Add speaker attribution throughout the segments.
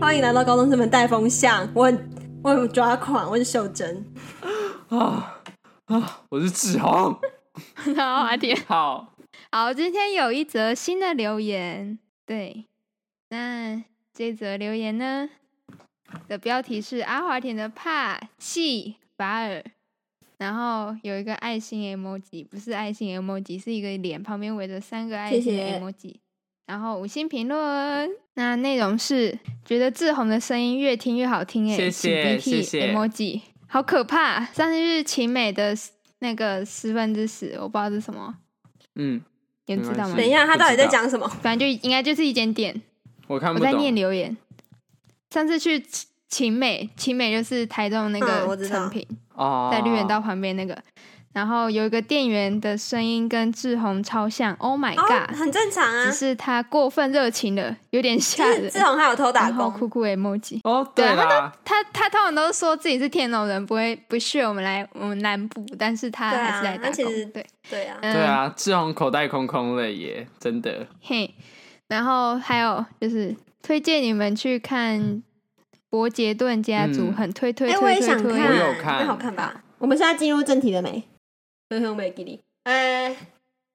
Speaker 1: 欢迎来到高中生们带风向，我很我很抓狂，我是秀珍。
Speaker 2: 啊啊！我是志宏。
Speaker 3: 然后阿天，
Speaker 2: 好，
Speaker 3: 好，今天有一则新的留言，对，那这则留言呢的标题是阿华田的帕契法尔，然后有一个爱心 emoji，不是爱心 emoji，是一个脸旁边围着三个爱
Speaker 1: 谢
Speaker 3: 心
Speaker 1: 谢
Speaker 3: emoji，然后五星评论，那内容是觉得志宏的声音越听越好听哎，
Speaker 2: 谢谢
Speaker 3: 请 BP
Speaker 2: 谢谢
Speaker 3: emoji，好可怕，上次是晴美的那个十分之十，我不知道是什么。
Speaker 2: 嗯，
Speaker 3: 你们知道
Speaker 2: 没
Speaker 3: 吗
Speaker 2: 关
Speaker 1: 等
Speaker 2: 系
Speaker 1: 一下，他到底在讲什么？
Speaker 3: 反正就应该就是一间店。
Speaker 2: 我看
Speaker 3: 我
Speaker 2: 不
Speaker 3: 在念
Speaker 2: 懂。
Speaker 3: 留言，上次去秦秦美，秦美就是台中那
Speaker 1: 嗯我
Speaker 3: 个
Speaker 1: 知道
Speaker 3: 成品，
Speaker 2: 哦，
Speaker 3: 在绿园道旁边那个。然后有一个店员的声音跟志宏超像，Oh my
Speaker 1: 哦，
Speaker 3: god！、
Speaker 1: 很正常 啊
Speaker 3: 只。是他过分热情了，有点吓
Speaker 1: 就是
Speaker 3: 人。
Speaker 1: 志宏还有偷打
Speaker 3: 然后
Speaker 1: 工，
Speaker 3: 酷酷 emoji，
Speaker 2: 哦，对
Speaker 3: 对啊
Speaker 2: 啦，
Speaker 3: 他他通常都说自己是天龙人，不会不屑我们来我们南部，但是他
Speaker 1: 对啊
Speaker 3: 还是来打
Speaker 1: 那其
Speaker 3: 工。
Speaker 1: 实
Speaker 3: 对，
Speaker 1: 对啊，
Speaker 3: 嗯
Speaker 2: 对啊，志宏口袋空空了耶，真的。
Speaker 3: 嘿，然后还有就是推荐你们去看伯杰顿家族，
Speaker 2: 嗯
Speaker 3: 很推推
Speaker 1: 哎，我
Speaker 3: 推
Speaker 1: 也
Speaker 3: 推
Speaker 1: 想
Speaker 3: 推，
Speaker 1: 看，
Speaker 2: 我有看
Speaker 1: 那好看吧？我们现在进入正题了没？呵呵，我没给你。呃，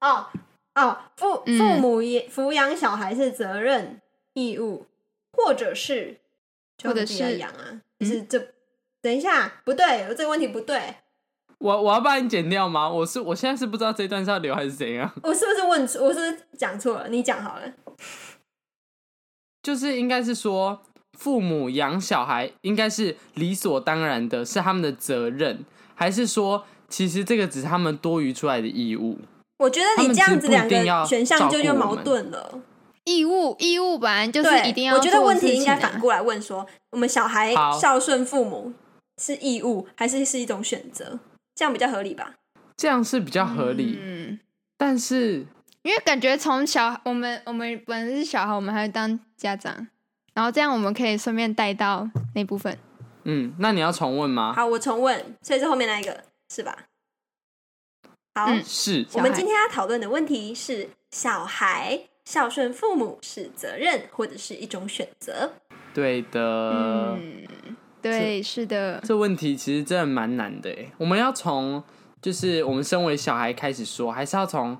Speaker 1: 哦哦，父
Speaker 3: 嗯
Speaker 1: 父母也抚养小孩是责任义务，或者是
Speaker 3: 或者
Speaker 1: 就自
Speaker 3: 是嗯
Speaker 1: 己来养啊，就是这。等一下，不对，我这个问题不对，
Speaker 2: 我我要把你剪掉吗？我是我现在是不知道这一段是要留还是怎样，
Speaker 1: 我是不是问错？我是不是讲错了？你讲好了。
Speaker 2: 就是应该是说父母养小孩应该是理所当然的，是他们的责任，还是说其实这个只是他们多余出来的义务？
Speaker 1: 我觉得
Speaker 2: 他
Speaker 1: 你
Speaker 2: 们
Speaker 1: 这样
Speaker 2: 其
Speaker 1: 子
Speaker 2: 实不一
Speaker 1: 两
Speaker 2: 定要
Speaker 1: 个选项就就
Speaker 2: 照顾我
Speaker 1: 矛
Speaker 2: 们
Speaker 1: 盾了。
Speaker 3: 义务义务本来就是
Speaker 1: 对，
Speaker 3: 一定要、
Speaker 1: 我
Speaker 3: 做
Speaker 1: 觉
Speaker 3: 的
Speaker 1: 得问题应该
Speaker 3: 事情啊
Speaker 1: 反过来问说，我们小孩
Speaker 2: 好
Speaker 1: 孝顺父母是义务还是是一种选择？这样比较合理吧？
Speaker 2: 这样是比较合理，
Speaker 3: 嗯，
Speaker 2: 但是
Speaker 3: 因为感觉从小我们我们本来是小孩，我们还会当家长，然后这样我们可以顺便带到那部分。
Speaker 2: 嗯，那你要重问吗？
Speaker 1: 好，我重问，所以是后面那一个是吧？好，
Speaker 3: 嗯
Speaker 2: 是
Speaker 1: 我们今天要讨论的问题是：小孩孝顺父母是责任或者是一种选择？
Speaker 2: 对的。
Speaker 3: 嗯，对，是的，
Speaker 2: 这问题其实真的蛮难的欸诶，我们要从就是我们身为小孩开始说，还是要从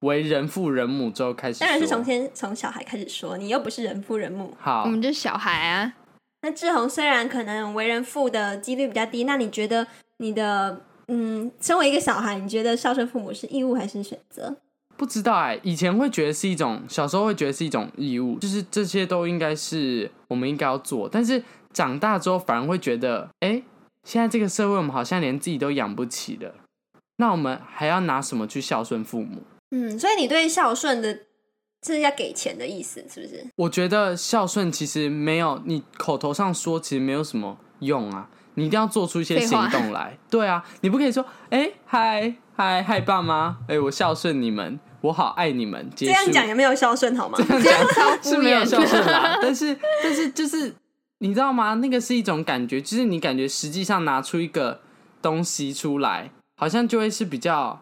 Speaker 2: 为人父人母之后开始说？
Speaker 1: 当然是从先从小孩开始说，你又不是人父人母。
Speaker 2: 好
Speaker 3: 我，们就是小孩啊，
Speaker 1: 那志宏虽然可能为人父的几率比较低，那你觉得你的嗯，身为一个小孩，你觉得孝顺父母是义务还是选择？
Speaker 2: 不知道哎，以前会觉得是一种，小时候会觉得是一种义务，就是这些都应该是我们应该要做，但是长大之后反而会觉得，哎，现在这个社会我们好像连自己都养不起了，那我们还要拿什么去孝顺父母？
Speaker 1: 嗯，所以你对孝顺的是要给钱的意思，是不是？
Speaker 2: 我觉得孝顺其实没有你口头上说，其实没有什么用啊。你一定要做出一些
Speaker 3: 废
Speaker 2: 行
Speaker 3: 话
Speaker 2: 动来。对啊，你不可以说，哎、嗨嗨嗨，爸妈，哎、我孝顺你们，我好爱你们。
Speaker 1: 这
Speaker 2: 这
Speaker 1: 样 讲也没有孝顺好吗？
Speaker 3: 这样超敷
Speaker 2: 是没有
Speaker 3: 衍
Speaker 2: 孝顺啦， 但是但是就是你知道吗？那个是一种感觉，就是你感觉实际上拿出一个东西出来，好像就会是比较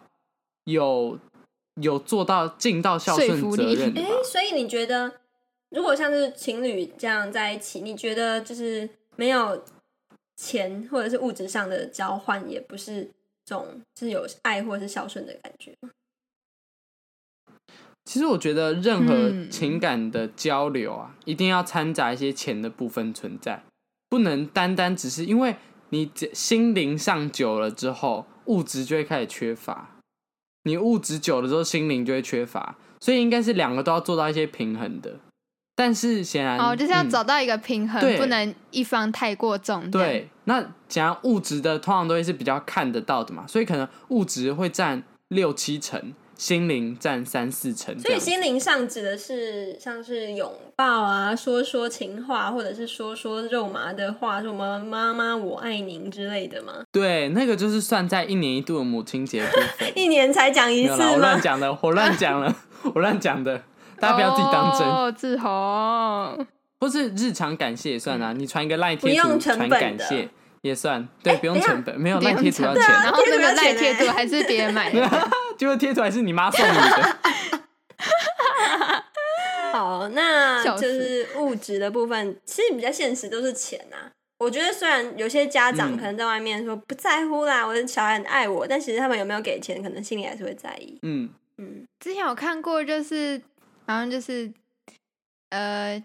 Speaker 2: 有有做到尽到孝
Speaker 3: 说
Speaker 2: 顺
Speaker 3: 服
Speaker 2: 责
Speaker 3: 力
Speaker 2: 任吧
Speaker 1: 哎、。所以你觉得，如果像是情侣这样在一起，你觉得就是没有钱或者是物质上的交换，也不是种是有爱或者是孝顺的感觉吗？
Speaker 2: 其实我觉得任何
Speaker 3: 嗯
Speaker 2: 情感的交流啊，一定要掺杂一些钱的部分存在，不能单单只是因为你这心灵上久了之后，物质就会开始缺乏。你物质久了之后，心灵就会缺乏，所以应该是两个都要做到一些平衡的。但是显然，
Speaker 3: 哦，就是要
Speaker 2: 嗯
Speaker 3: 找到一个平衡，
Speaker 2: 对
Speaker 3: 不能一方太过重。这样，
Speaker 2: 对，那讲物质的通常都会是比较看得到的嘛，所以可能物质会占六七成，心灵占三四成这
Speaker 1: 所以
Speaker 2: 样子。
Speaker 1: 心灵上指的是像是拥抱啊，说说情话，或者是说说肉麻的话，什么“妈妈我爱您”之类的吗？。
Speaker 2: 对，那个就是算在一年一度的母亲节部分
Speaker 1: 一年才讲一
Speaker 2: 没
Speaker 1: 次
Speaker 2: 有啦，我乱
Speaker 1: 吗？
Speaker 2: 讲的，我乱讲 了，我乱讲的，大家不要自己当真。
Speaker 3: 哦，志宏，
Speaker 2: 或是日常感谢也算啊，你传一个赖
Speaker 1: 嗯不
Speaker 2: 贴
Speaker 1: 用
Speaker 2: 图
Speaker 1: 成
Speaker 2: 传
Speaker 1: 本
Speaker 2: 感
Speaker 1: 的哎
Speaker 2: 谢也算，对，不用
Speaker 1: 等一下
Speaker 2: 成本，没有
Speaker 3: 不
Speaker 2: 赖
Speaker 3: 用
Speaker 2: 贴图
Speaker 3: 成
Speaker 2: 要
Speaker 3: 本
Speaker 2: 钱
Speaker 3: 然
Speaker 2: 啊，
Speaker 3: 后那个
Speaker 1: 贴
Speaker 3: 赖
Speaker 1: 图要
Speaker 3: 贴
Speaker 1: 钱欸
Speaker 3: 图还是别人买 的。
Speaker 2: 结果贴图还 是你妈送你的。
Speaker 1: 好，那
Speaker 3: 笑
Speaker 1: 就是物物质的部分，其实比较现实都是钱啊。我觉得虽然有些家长
Speaker 2: 嗯
Speaker 1: 可能在外面说不在乎啦，我的小孩很爱我，但其实他们有没有给钱，可能心里还是会在意。
Speaker 2: 嗯，
Speaker 1: 嗯，
Speaker 3: 之前有看过，就是好像就是呃，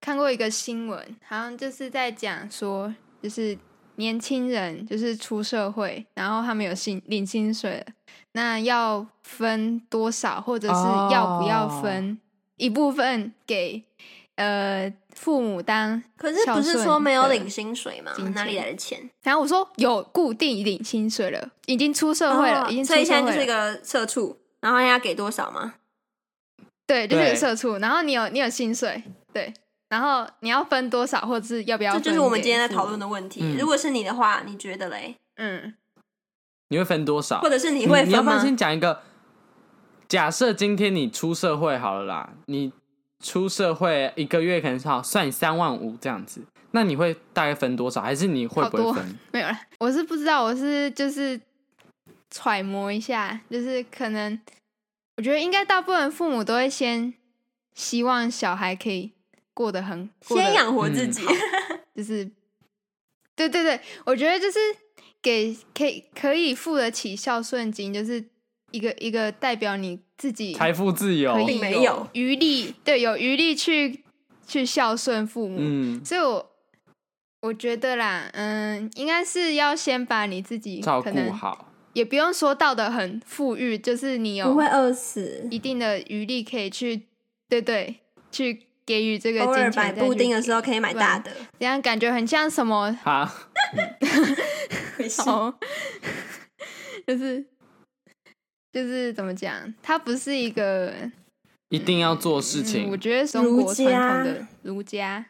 Speaker 3: 看过一个新闻，好像就是在讲说，就是年轻人就是出社会，然后他们有薪领薪水了，那要分多少，或者是要不
Speaker 1: 哦
Speaker 3: 要分一部分给呃父母当
Speaker 1: 可是不
Speaker 3: 孝
Speaker 1: 是
Speaker 3: 顺
Speaker 1: 说没有
Speaker 3: 的
Speaker 1: 领薪水吗
Speaker 3: 金？钱
Speaker 1: 哪里来的钱？
Speaker 3: 然后我说有固定领薪水了，已经出社会了，
Speaker 1: 哦
Speaker 3: 已经出
Speaker 1: 所
Speaker 3: 社
Speaker 1: 以
Speaker 3: 会
Speaker 1: 现在就是
Speaker 3: 了
Speaker 1: 一个社畜，然后要给多少吗？
Speaker 3: 对，就是
Speaker 2: 对
Speaker 3: 有社畜，然后你有你有薪水，对，然后你要分多少，或者是要不要
Speaker 1: 这
Speaker 3: 分给父母？
Speaker 1: 就是我们今天在讨论的问题
Speaker 2: 嗯。
Speaker 1: 如果是你的话，你觉得嘞？
Speaker 3: 嗯，
Speaker 2: 你会分多少？
Speaker 1: 或者是你会
Speaker 2: 嗯你要
Speaker 1: 分
Speaker 2: 不要
Speaker 1: 吗？
Speaker 2: 先讲一个？假设今天你出社会好了啦，你出社会一个月可能是好算你三万五这样子，那你会大概分多少？还是你会不
Speaker 3: 好
Speaker 2: 会
Speaker 3: 多
Speaker 2: 分？
Speaker 3: 没有了，我是不知道，我是就是揣摩一下，就是可能我觉得应该大部分父母都会先希望小孩可以过得很过得
Speaker 1: 先养活自
Speaker 2: 嗯
Speaker 1: 己。
Speaker 3: 就是，对对对，我觉得就是给可以可以付得起孝顺金，就是一个一个代表你自己
Speaker 2: 财富自由
Speaker 3: 可？以
Speaker 1: 并没有
Speaker 3: 余力，对，有余力去去孝顺父母。
Speaker 2: 嗯，
Speaker 3: 所以我我觉得啦，嗯，应该是要先把你自己
Speaker 2: 照
Speaker 3: 嗯可
Speaker 2: 顾
Speaker 3: 能
Speaker 2: 好。
Speaker 3: 也不用说到的很富裕，就是你有
Speaker 1: 不会饿死。
Speaker 3: 一定的余力可以去，对对，去给予这个
Speaker 1: 偶尔
Speaker 3: 金
Speaker 1: 买
Speaker 3: 钱。
Speaker 1: 布丁的时候可以买大 的，
Speaker 3: 候，这样感觉很像 什么
Speaker 2: 好，
Speaker 1: 回事
Speaker 3: 哦，就是就是怎么讲，它不是一个
Speaker 2: 一定要做事
Speaker 3: 嗯我
Speaker 2: 情。
Speaker 3: 觉得中
Speaker 1: 儒
Speaker 3: 国
Speaker 1: 家
Speaker 3: 传统的儒家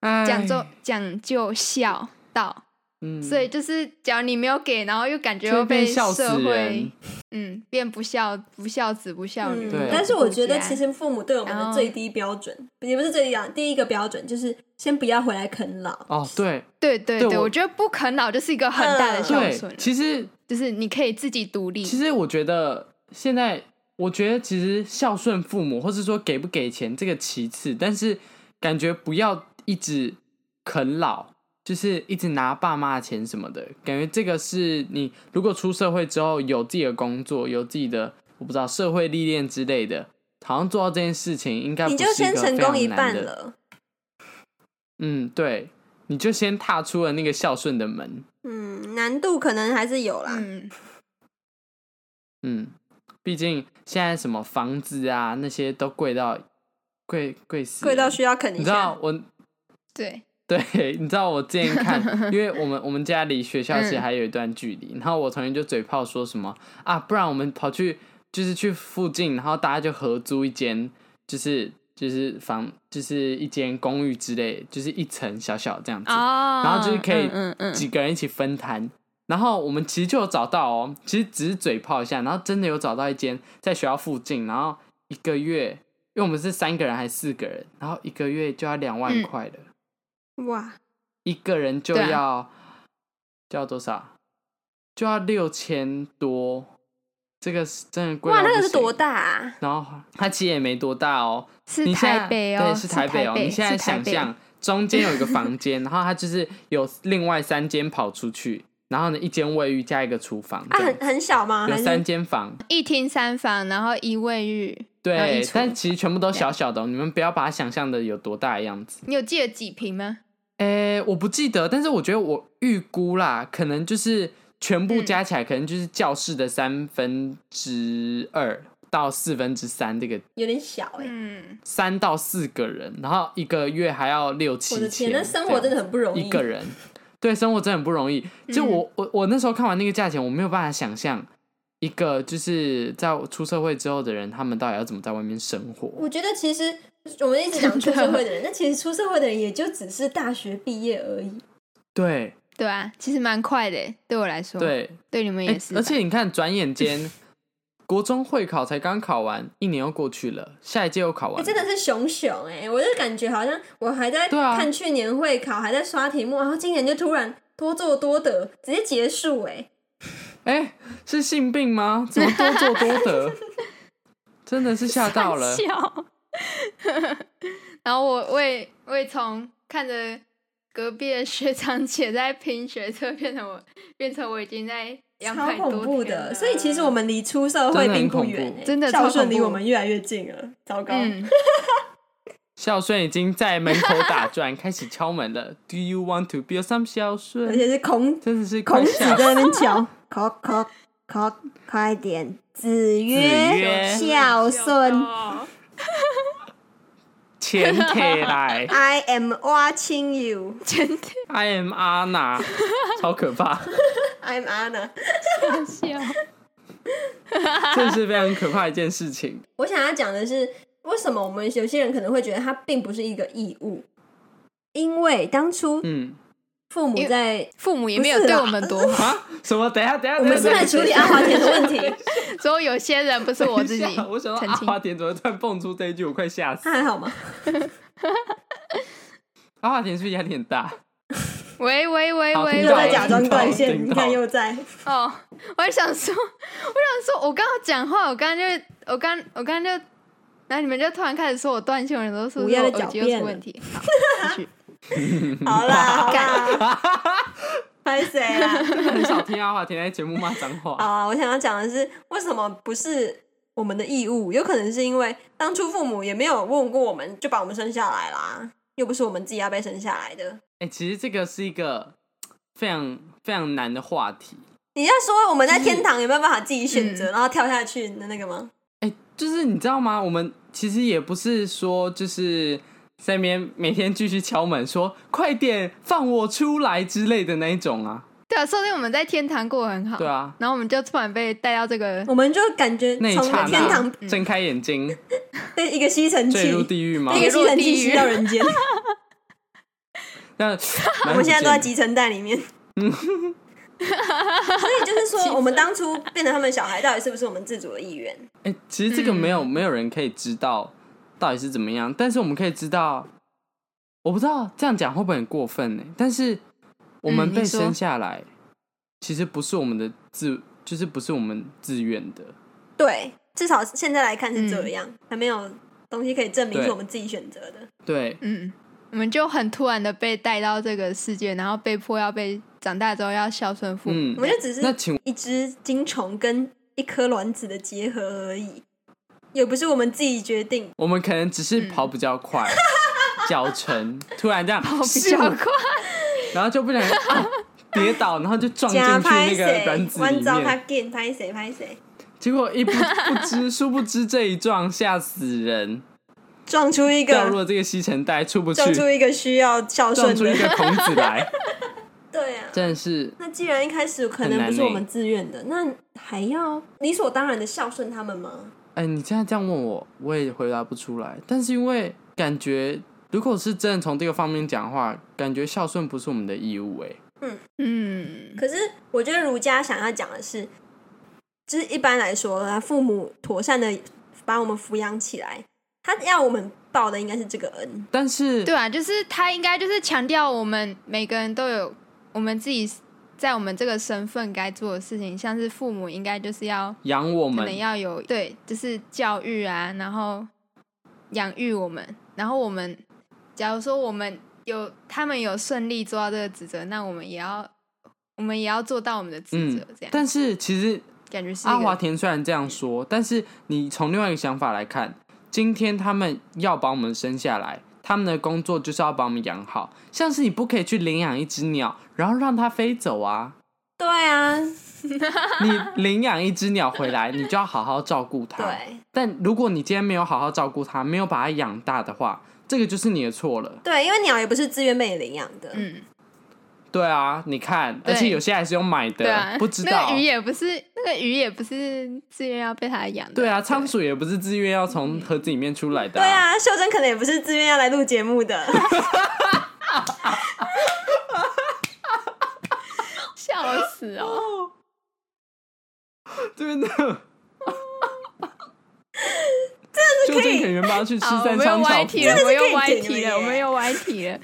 Speaker 2: 哎
Speaker 3: 讲究讲究孝道，
Speaker 2: 嗯
Speaker 3: 所以就是假如你没有给，然后又感觉
Speaker 2: 就会
Speaker 3: 又被
Speaker 2: 变孝子
Speaker 3: 社
Speaker 2: 人
Speaker 3: 会嗯变不孝不孝子不孝女
Speaker 1: 嗯，
Speaker 2: 对
Speaker 1: 但是我觉得
Speaker 3: 儒家
Speaker 1: 其实父母对我们
Speaker 3: 然
Speaker 1: 的
Speaker 2: 哦
Speaker 3: 后
Speaker 1: 最低标准，也不是最低啊，第一个标准就是先不要回来啃老。
Speaker 2: 哦，对
Speaker 3: 对对
Speaker 2: 对
Speaker 3: 对，
Speaker 2: 我
Speaker 3: 我觉得不啃老就是一个很大的孝顺
Speaker 2: 对，，其实
Speaker 3: 就是你可以自己独立，
Speaker 2: 其实我觉得现在，我觉得其实孝顺父母，或是说给不给钱这个其次，但是感觉不要一直啃老，就是一直拿爸妈的钱什么的，感觉这个是你如果出社会之后有自己的工作，有自己的我不知道社会历练之类的，好像做到这件事情应该
Speaker 1: 你
Speaker 2: 不
Speaker 1: 就是
Speaker 2: 一
Speaker 1: 先
Speaker 2: 个
Speaker 1: 成
Speaker 2: 非常
Speaker 1: 功一
Speaker 2: 难
Speaker 1: 半
Speaker 2: 的。
Speaker 1: 了，
Speaker 2: 嗯，对，你就先踏出了那个孝顺的门。
Speaker 1: 嗯，难度可能还是有啦。
Speaker 3: 嗯，
Speaker 2: 嗯，毕竟现在什么房子啊那些都贵到贵贵死了，
Speaker 1: 贵到需要啃
Speaker 2: 你
Speaker 1: 一
Speaker 2: 知道
Speaker 1: 下，
Speaker 2: 我
Speaker 3: 对，
Speaker 2: 对，你知道我之前 看，因为我们我们家离学校其实
Speaker 3: 嗯
Speaker 2: 还有一段距离，然后我同学就嘴炮说什么啊，不然我们跑去就是去附近，然后大家就合租一间，就是就是房就是一间公寓之类，就是一层小小这样子，
Speaker 3: 哦，
Speaker 2: 然后就是可以
Speaker 3: 嗯嗯
Speaker 2: 几个人一起分摊。然后我们其实就有找到哦，其实只是嘴炮一下，然后真的有找到一间在学校附近，然后一个月，因为我们是三个人还是四个人，然后一个月就要两万
Speaker 3: 嗯
Speaker 2: 块了，
Speaker 1: 哇，
Speaker 2: 一个人就
Speaker 3: 对啊
Speaker 2: 要、就要多少？就要六千多，这个是真的贵。
Speaker 1: 哇，那个是多？大啊？
Speaker 2: 然后它其实也没多大哦，
Speaker 3: 是
Speaker 2: 你现在
Speaker 3: 台北哦，
Speaker 2: 对，是台北哦。你现在
Speaker 3: 是台
Speaker 2: 想
Speaker 3: 北
Speaker 2: 象，中间有一个房间，然后它就是有另外三间跑出去，然后呢，一间卫浴加一个厨房，
Speaker 1: 啊，
Speaker 2: 这样
Speaker 1: 很很小吗？
Speaker 2: 有
Speaker 1: 还
Speaker 2: 三
Speaker 1: 是
Speaker 2: 间房。
Speaker 3: 一厅三房，然后一卫浴，然后一
Speaker 2: 对
Speaker 3: 厨，
Speaker 2: 但其实全部都小小的哦、你们不要把它想象的有多大的样子。
Speaker 3: 你有记得几平吗？
Speaker 2: 诶，我不记得，但是我觉得我预估啦，可能就是全部加起来，可能就是教室的三分之二到四分之三，这个
Speaker 1: 有点小哎、
Speaker 3: 嗯，
Speaker 2: 三到四个人，然后一个月还要六七
Speaker 1: 我
Speaker 2: 千，
Speaker 1: 的天，那生活真的很不容易。嗯
Speaker 2: 一个人，对，生活真的很不容易。就我、我我那时候看完那个价钱，我没有办法想象一个就是在出社会之后的人，他们到底要怎么在外面生活。
Speaker 1: 我觉得其实我们一直讲出
Speaker 3: 真的
Speaker 1: 社会的人，但其实出社会的人也就只是大学毕业而已。
Speaker 2: 对
Speaker 3: 对啊，其实蛮快的，对我来说，，
Speaker 2: 对，
Speaker 3: 对你们也
Speaker 2: 诶
Speaker 3: 是吧，
Speaker 2: 而且你看，转眼间国中会考才刚考完，一年又过去了，下一届又考完
Speaker 1: 欸、
Speaker 2: 了，
Speaker 1: 真的是熊熊哎、我就感觉好像我还在
Speaker 2: 对啊
Speaker 1: 看去年会考，还在刷题目，然后今年就突然多做多得，直接结束哎、
Speaker 2: 哎、是 性病吗？怎么多做多得？真的是吓到了，
Speaker 3: 笑 然后我我也我也从看着隔壁的学长姐在拼学测，变成我变成我已经在两
Speaker 1: 超
Speaker 3: 百多
Speaker 1: 恐怖
Speaker 3: 天
Speaker 1: 的。
Speaker 3: 了
Speaker 1: 所以其实我们离出社会
Speaker 2: 真的很
Speaker 1: 并不
Speaker 2: 恐怖
Speaker 1: 远、欸，
Speaker 3: 真的超
Speaker 1: 孝顺
Speaker 3: 恐
Speaker 1: 离我
Speaker 3: 怖
Speaker 1: 们越来越近了。糟糕，
Speaker 3: 嗯，
Speaker 2: 孝顺已经在门口打转，开始敲门了。Do you want to be some 孝
Speaker 1: 而
Speaker 2: 顺？
Speaker 1: 且是孔
Speaker 2: 真的是快
Speaker 1: 孔子
Speaker 2: 吓
Speaker 1: 在
Speaker 2: 死
Speaker 1: 那边 瞧，考考考，快点！子
Speaker 2: 子
Speaker 1: 曰：“
Speaker 2: 曰
Speaker 3: 嗯
Speaker 1: 孝顺
Speaker 3: 哦
Speaker 2: 前提来
Speaker 1: ，I am watching you.
Speaker 3: 真的
Speaker 2: ，I am Anna，超可怕，
Speaker 1: I'm Anna.”
Speaker 3: 好 笑。
Speaker 2: 这是非常可怕的一件事情。
Speaker 1: 我想要讲的是，为什么我们有些人可能会觉得它并不是一个义务，因为当初
Speaker 2: 嗯
Speaker 1: 父母
Speaker 3: 因为
Speaker 1: 在
Speaker 3: 父母也没
Speaker 1: 不
Speaker 3: 有
Speaker 1: 是
Speaker 3: 对
Speaker 1: 啦
Speaker 3: 我们多，
Speaker 2: 啊，什么？等一下，等一下，
Speaker 1: 我们是
Speaker 2: 等一
Speaker 1: 来
Speaker 2: 下
Speaker 1: 处理阿华田的问题，
Speaker 3: 所以有些人不是 我自己
Speaker 2: 等一下我想到
Speaker 3: 澄
Speaker 2: 阿
Speaker 3: 清
Speaker 1: 啊
Speaker 2: 华田怎么突然蹦出这一句，我快吓死
Speaker 1: 他。还好吗？
Speaker 2: 阿华田是不是压力很大？
Speaker 3: 喂喂喂
Speaker 2: 好
Speaker 3: 喂
Speaker 2: 听
Speaker 1: 又
Speaker 2: 到
Speaker 1: 在
Speaker 2: 了
Speaker 1: 假装断线，
Speaker 2: 听
Speaker 1: 你
Speaker 2: 到
Speaker 1: 看又在。
Speaker 3: 哦，我还想说，我想说，我刚刚讲话，我刚刚就，我刚，我刚刚就，然后你们就突然开始说我断线，我都说
Speaker 1: 午
Speaker 3: 我
Speaker 1: 夜的
Speaker 3: 耳机
Speaker 1: 狡
Speaker 3: 又
Speaker 1: 辩
Speaker 3: 出
Speaker 1: 了
Speaker 3: 问题。好
Speaker 1: 好啦，好啦， 拍谁啦？
Speaker 2: 很少听阿华田在节目骂脏
Speaker 1: 好
Speaker 2: 话。
Speaker 1: 啊，我想要讲的是，为什么不是我们的义务？有可能是因为当初父母也没有问过我们，就把我们生下来啦，又不是我们自己要被生下来的。
Speaker 2: 哎、其实这个是一个非常非常难的话题。
Speaker 1: 你要说我们在天堂有没有办法自己选择，然后跳下去的那个吗？
Speaker 2: 哎、就是你知道吗？我们其实也不是说就是在那边每天继续敲门说快点放我出来之类的那一种啊。
Speaker 3: 对啊，说不定我们在天堂过得很好。
Speaker 2: 对啊，
Speaker 3: 然后我们就突然被带到这个，嗯
Speaker 1: 我们就感觉
Speaker 2: 那一
Speaker 1: 从
Speaker 2: 刹
Speaker 1: 天堂嗯
Speaker 2: 那，睁开眼睛
Speaker 1: 被一个吸尘器，
Speaker 2: 坠入地狱吗
Speaker 1: 被？一个吸尘器
Speaker 3: 跌入地狱
Speaker 1: 吸到人 间。
Speaker 2: 那
Speaker 1: 我
Speaker 2: 我
Speaker 1: 们现在都在集成袋里 面。所以就是说，我们当初变成他们小孩，到底是不是我们自主的意愿？
Speaker 2: 哎、其实这个
Speaker 1: 嗯
Speaker 2: 没有、没有人可以知道到底是怎么样，但是我们可以知道，我不知道这样讲会不会很过分呢？但是我
Speaker 3: 嗯
Speaker 2: 们
Speaker 3: 你
Speaker 2: 被
Speaker 3: 说
Speaker 2: 生下来，其实不是我们的自，就是不是我们自愿的。
Speaker 1: 对，至少现在来看是这样，还没有东西可以证明
Speaker 2: 对
Speaker 1: 是我们自己选择的。
Speaker 2: 对，
Speaker 3: 嗯，我们就很突然的被带到这个世界，然后被迫要被长大之后要孝顺父母。
Speaker 2: 嗯
Speaker 1: 我，们就只
Speaker 2: 那
Speaker 1: 是
Speaker 2: 请
Speaker 1: 一只精虫跟一颗卵子的结合而已，也不是我们自己决定。
Speaker 2: 我们可能只是
Speaker 3: 嗯
Speaker 2: 跑比 较快，脚程突然这样
Speaker 3: 好比较快，
Speaker 1: 哦
Speaker 2: 然后就不小心、啊、跌倒，然后就撞进
Speaker 1: 加
Speaker 2: 去
Speaker 1: 拍
Speaker 2: 那
Speaker 1: 谁
Speaker 2: 个卵？子
Speaker 1: 弯
Speaker 2: 里
Speaker 1: 招他
Speaker 2: 面，
Speaker 1: 见拍谁拍谁，
Speaker 2: 结果一不不知，殊不知这一撞吓死人，
Speaker 1: 撞出一
Speaker 2: 掉
Speaker 1: 个
Speaker 2: 入了这个吸尘袋，出不去，
Speaker 1: 撞出一个需要孝
Speaker 2: 撞
Speaker 1: 顺
Speaker 2: 出一
Speaker 1: 的。
Speaker 2: 个孔子来，
Speaker 1: 对啊，
Speaker 2: 真的是
Speaker 1: 那既然一开始可
Speaker 2: 很
Speaker 1: 能
Speaker 2: 难
Speaker 1: 不是我
Speaker 2: 欸
Speaker 1: 们自愿的，那还要理所当然的孝顺他们吗？
Speaker 2: 哎、你现在这样问我，我也回答不出来。但是因为感觉，如果是真的从这个方面讲话，感觉孝顺不是我们的义务、哎，
Speaker 3: 嗯，
Speaker 1: 可是我觉得儒家想要讲的是，就是一般来说啊，父母妥善的把我们抚养起来，他要我们报的应该是这个恩。
Speaker 2: 但是
Speaker 3: 对啊，就是他应该就是强调我们每个人都有我们自己在我们这个身份该做的事情，像是父母应该就是要
Speaker 2: 养我
Speaker 3: 可
Speaker 2: 们
Speaker 3: 能要有对，就是教育啊，然后养育我们，然后我们假如说我们有他们有顺利做到这个职责，那我们也要我们也要做到我们的职
Speaker 2: 嗯
Speaker 3: 责，这样、
Speaker 2: 但啊是其实
Speaker 3: 感觉是一
Speaker 2: 阿华
Speaker 3: 个
Speaker 2: 田虽然这样说，但是你从另外一个想法来看，今天他们要把我们生下来，他们的工作就是要把我们养好。像是你不可以去领养一只鸟，然后让它飞走啊！
Speaker 1: 对啊，
Speaker 2: 你 领养一只鸟回来，你就要好好照顾它。
Speaker 1: 对
Speaker 2: 但如果你今天没有好好照顾它，没有把它养大的话，这个就是你的错了。
Speaker 1: 对，因为鸟也不是自愿被你领养的，
Speaker 3: 嗯，
Speaker 2: 对啊，你看，
Speaker 3: 对
Speaker 2: 而且有些还是用买的，
Speaker 3: 对啊，
Speaker 2: 不知
Speaker 3: 那
Speaker 2: 道
Speaker 3: 个。鱼也不是那个鱼也不是自愿要被他养的，
Speaker 2: 对啊，仓鼠也不是自愿要从盒子里面出来的、
Speaker 1: 对，啊，秀珍可能也不是自愿要来录节目 的，
Speaker 3: 笑死哦。
Speaker 2: 真的。 真的是可以，原本要去吃
Speaker 3: 好，我
Speaker 2: 三
Speaker 3: 们又
Speaker 2: 商巧
Speaker 3: 歪题了，我
Speaker 2: 福，
Speaker 3: 们又
Speaker 1: 可
Speaker 3: 歪
Speaker 1: 以剪
Speaker 3: 题
Speaker 1: 了
Speaker 3: 了，我
Speaker 1: 耶
Speaker 3: 们又歪 题了。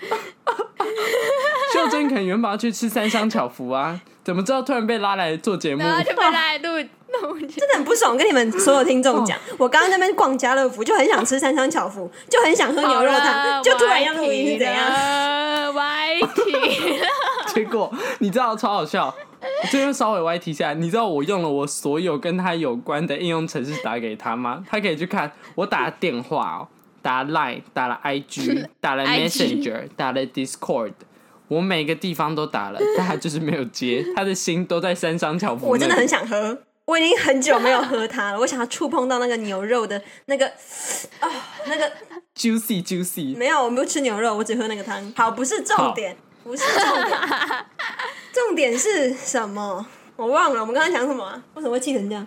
Speaker 2: 秀 珍可能原本要去吃三商巧福啊，怎么知道突然被拉来做节目
Speaker 3: 然？后就被拉来录那我觉得
Speaker 1: 真的很不爽，跟你们所有听众讲，我刚刚在那边逛家乐福，就很想吃三商巧福，就很想喝牛肉汤，就突然要录音是怎样？
Speaker 3: 样？歪题了，
Speaker 2: 结果你知道超好笑，我这边稍微歪提一下，你知道我用了我所有跟他有关的应用程式打给他吗？他可以去看，我打了电话哦，打了 Line，打了 IG，打了
Speaker 3: IG
Speaker 2: Messenger，打了 Discord。我每个地方都打了，但他就是没有接，他的心都在三商巧福那里。
Speaker 1: 我真的很想喝，我已经很久没有喝它了，我想要触碰到那个牛肉的那个，哦，那个
Speaker 2: juicy juicy，
Speaker 1: 没有，我没有吃牛肉，我只喝那个汤。好，不是重点，不是重点，重点是什么？我忘了，我们刚刚讲什么、啊？为什么会气成这样？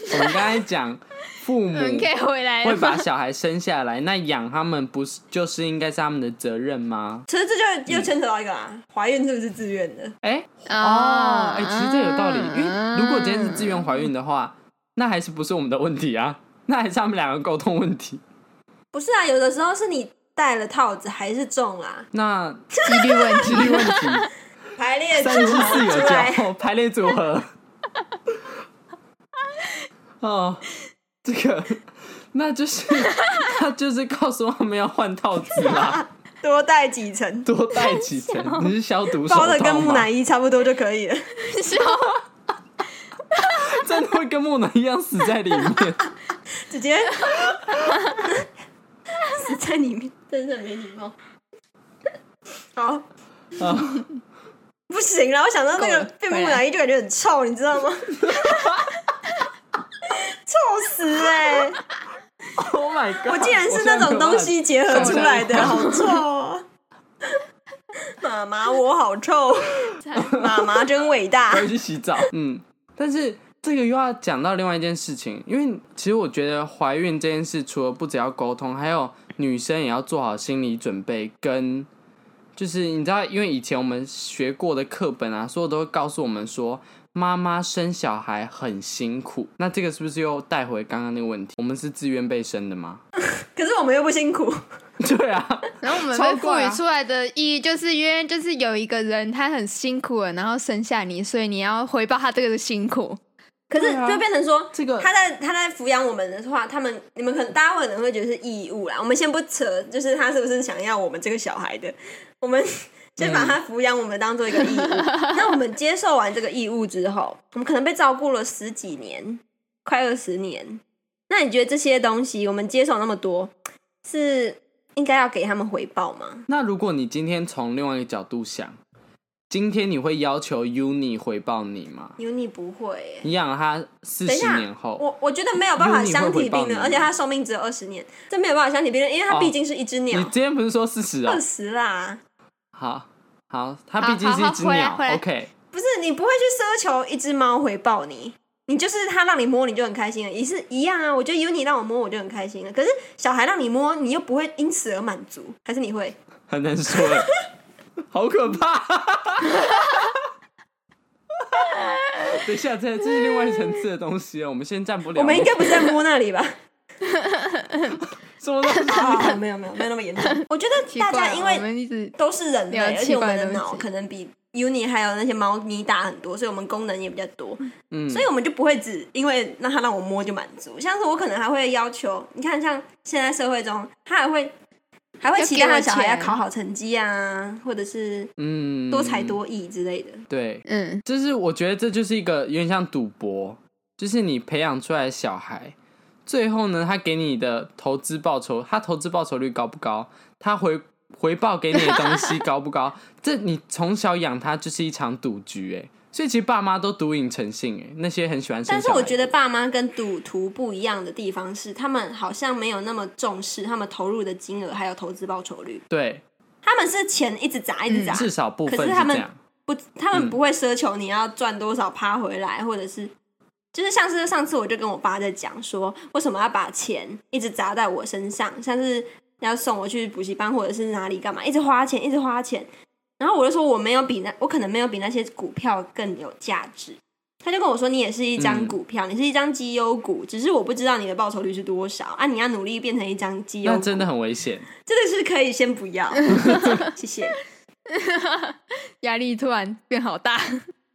Speaker 2: 我们刚才讲父母
Speaker 3: 我们可以回来
Speaker 2: 嗯会
Speaker 3: 了
Speaker 2: 把
Speaker 3: 吗？
Speaker 2: 小孩生下来，那养他们不是就是应该是他们的责任吗？
Speaker 1: 其实这就又牵扯到一个啊，怀孕是不是自愿的？
Speaker 2: 哎、
Speaker 3: 哦
Speaker 2: 哦，哎、其实这有道理，
Speaker 3: 嗯
Speaker 2: 因为如果今天是自愿怀孕的话，那还是不是我们的问题啊？那还是他们两个沟通问题。
Speaker 1: 不是啊，有的时候是你戴了套子还是中啊啦、
Speaker 2: 那
Speaker 3: 几率问
Speaker 2: 几率问题，
Speaker 1: 排列组
Speaker 2: 三至
Speaker 1: 合
Speaker 2: 四有
Speaker 1: 出来。
Speaker 2: 教，排列组合。哦，这个，那就是 他就是告诉我们要换套子啦，
Speaker 1: 多戴几层，
Speaker 2: 多带 几层，你是消毒手
Speaker 1: 包的
Speaker 2: 套
Speaker 1: 跟木
Speaker 2: 吗
Speaker 1: 乃？伊差不多就可以了。
Speaker 3: 笑，
Speaker 2: 真的会跟木乃伊一样死在 里面。
Speaker 1: 直接 死在里面，真是没礼貌。好，
Speaker 2: 啊
Speaker 1: 不行了，我想到那
Speaker 3: 够
Speaker 1: 个
Speaker 3: 了
Speaker 1: 变木乃伊就感觉很臭，你知道吗？ 臭死哎、
Speaker 2: Oh my god！
Speaker 1: 我竟然是那种东西结合出来的，好臭、 哦！妈妈，我好臭！妈妈真伟大
Speaker 2: 我！会去洗澡。嗯，但是这个又要讲到另外一件事情，因为其实我觉得怀孕这件事，除了不只要沟通，还有女生也要做好心理准备，跟就是你知道，因为以前我们学过的课本啊，所有都会告诉我们说。妈妈生小孩很辛苦，那这个是不是又带回刚刚那个问题？我们是自愿被生的吗？
Speaker 1: 可是我们又不辛苦，
Speaker 2: 对啊，
Speaker 3: 然后我们
Speaker 2: 超
Speaker 3: 被赋
Speaker 2: 怪
Speaker 3: 予
Speaker 2: 啊
Speaker 3: 出来的意义就是，因为就是有一个人他很辛苦了，然后生下你，所以你要回报他这个辛苦。
Speaker 1: 可是
Speaker 2: 对啊
Speaker 1: 就变成说，
Speaker 2: 这个
Speaker 1: 他在他在抚养我们的话，他们你们可能大家可能会觉得是义务啦。我们先不扯，就是他是不是想要我们这个小孩的，我们先把他抚养我们当做一个义务。 那我们接受完这个义务之后，我们可能被照顾了十几年，快二十年。那你觉得这些东西我们接受那么多，是应该要给他们回报吗？
Speaker 2: 那如果你今天从另外一个角度想，今天你会要求 Uni 回报你吗？
Speaker 1: 因为你不会耶、
Speaker 2: 你养了他四
Speaker 1: 等一
Speaker 2: 十
Speaker 1: 下
Speaker 2: 年后，
Speaker 1: 我我觉得没有办法
Speaker 2: Uni
Speaker 1: 相
Speaker 2: 会
Speaker 1: 提
Speaker 2: 回报
Speaker 1: 并论，
Speaker 2: 你
Speaker 1: 而且它寿命只有二十年，这没有办法相提并论，因为它
Speaker 2: 哦
Speaker 1: 毕竟是一只鸟
Speaker 2: 你，今天不是说四十哦
Speaker 1: 二？十、啦。
Speaker 2: 好好，它
Speaker 3: 好
Speaker 2: 毕竟
Speaker 3: 好
Speaker 2: 是一
Speaker 3: 好
Speaker 2: 只
Speaker 3: 回来
Speaker 2: 鸟。
Speaker 3: 回来
Speaker 2: OK，
Speaker 1: 不是你不会去奢求一只猫回报你，你就是它让你摸你就很开心了，也是一样啊。我觉得有你让我摸我就很开心了，可是小孩让你摸你又不会因此而满足，还是你会？
Speaker 2: 很难说哎， 好可怕！ 等一下，这这是另外一层次的东西哦，我们先站不了。
Speaker 1: 我们应该不是在摸那里吧？
Speaker 2: 什么东西？
Speaker 1: 啊，没有没有没有那么严重。我觉得
Speaker 3: 奇
Speaker 1: 大
Speaker 3: 怪，啊
Speaker 1: 家因
Speaker 3: 我
Speaker 1: 为
Speaker 3: 们一直
Speaker 1: 都是人类，
Speaker 3: 聊
Speaker 1: 而且我们的
Speaker 3: 奇怪的东
Speaker 1: 脑
Speaker 3: 西
Speaker 1: 可能比 Uni 还有那些猫咪大很多，所以我们功能也比较多。
Speaker 2: 嗯，
Speaker 1: 所以我们就不会只因为让他让我摸就满足，像是我可能还会要求，你看像现在社会中，他还会还会期待他的小孩要考好成绩啊，或者是
Speaker 2: 嗯
Speaker 1: 多才多艺之类的。
Speaker 2: 对，
Speaker 3: 嗯，
Speaker 2: 就是我觉得这就是一个有点像赌博，就是你培养出来的小孩，最后呢，他给你的投资报酬，他投资报酬率高不高？他回回报给你的东西高不高？ 这你从小养他就是一场赌局哎、所以其实爸妈都赌瘾成性哎、那些很喜欢生
Speaker 1: 但是
Speaker 2: 小孩
Speaker 1: 我觉得爸妈跟赌徒不一样的地方是，他们好像没有那么重视他们投入的金额还有投资报酬率，
Speaker 2: 对，
Speaker 1: 他们是钱一直砸一直砸，
Speaker 2: 至少部
Speaker 1: 啊
Speaker 2: 分
Speaker 1: 可是他
Speaker 2: 这
Speaker 1: 们
Speaker 2: 样。
Speaker 1: 不，他
Speaker 2: 嗯
Speaker 1: 们不会奢求你要赚多少趴回来，或者是就是像是上次我就跟我爸在讲说，为什么要把钱一直砸在我身上，像是要送我去补习班或者是哪里干嘛，一直花钱，一直花钱。然后我就说我没有比那，我可能没有比那些股票更有价值。他就跟我说，你也是一张
Speaker 2: 嗯
Speaker 1: 股票，你是一张绩优股，只是我不知道你的报酬率是多少啊！你要努力变成一张绩优
Speaker 2: 那
Speaker 1: 股，
Speaker 2: 真的很危险，
Speaker 1: 这个是可以先 不要，谢谢。
Speaker 3: 压力突然变好大。